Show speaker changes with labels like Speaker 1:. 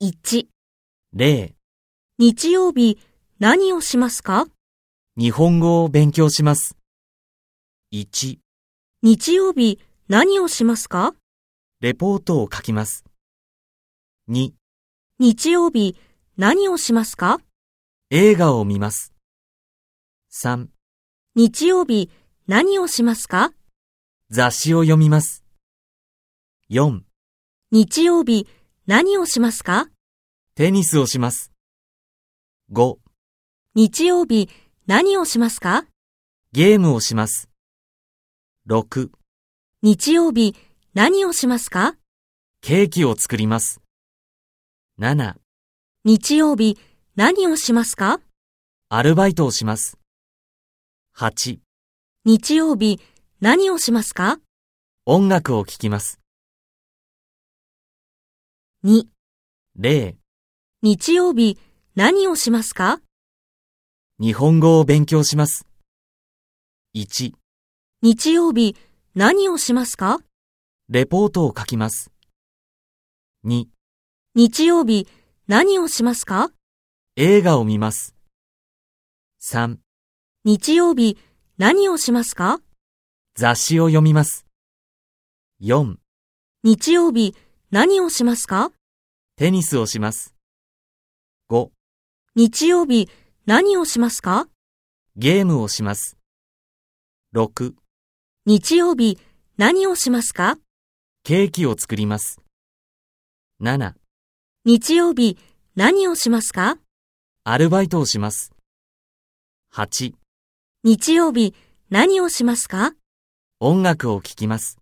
Speaker 1: 1、
Speaker 2: 例、
Speaker 1: 日曜日何をしますか
Speaker 2: 日本語を勉強します。1、
Speaker 1: 日曜日何をしますか
Speaker 2: レポートを書きます。2、
Speaker 1: 日曜日何をしますか
Speaker 2: 映画を見ます。3、
Speaker 1: 日曜日何をしますか
Speaker 2: 雑誌を読みます。4、
Speaker 1: 日曜日何をしますか
Speaker 2: テニスをします。5、
Speaker 1: 日曜日何をしますか
Speaker 2: ゲームをします。6、
Speaker 1: 日曜日何をしますか
Speaker 2: ケーキを作ります。7、
Speaker 1: 日曜日何をしますか
Speaker 2: アルバイトをします。8、
Speaker 1: 日曜日何をしますか
Speaker 2: 音楽を聴きます。
Speaker 1: 2、
Speaker 2: 例、
Speaker 1: 日曜日何をしますか
Speaker 2: 日本語を勉強します。1、
Speaker 1: 日曜日何をしますか
Speaker 2: レポートを書きます。2、
Speaker 1: 日曜日何をしますか
Speaker 2: 映画を見ます。3、
Speaker 1: 日曜日何をしますか
Speaker 2: 雑誌を読みます。4、
Speaker 1: 日曜日何をしますか
Speaker 2: テニスをします。5、
Speaker 1: 日曜日何をしますか
Speaker 2: ゲームをします。6、
Speaker 1: 日曜日何をしますか
Speaker 2: ケーキを作ります。7、
Speaker 1: 日曜日何をしますか
Speaker 2: アルバイトをします。8、
Speaker 1: 日曜日何をしますか
Speaker 2: 音楽を聴きます。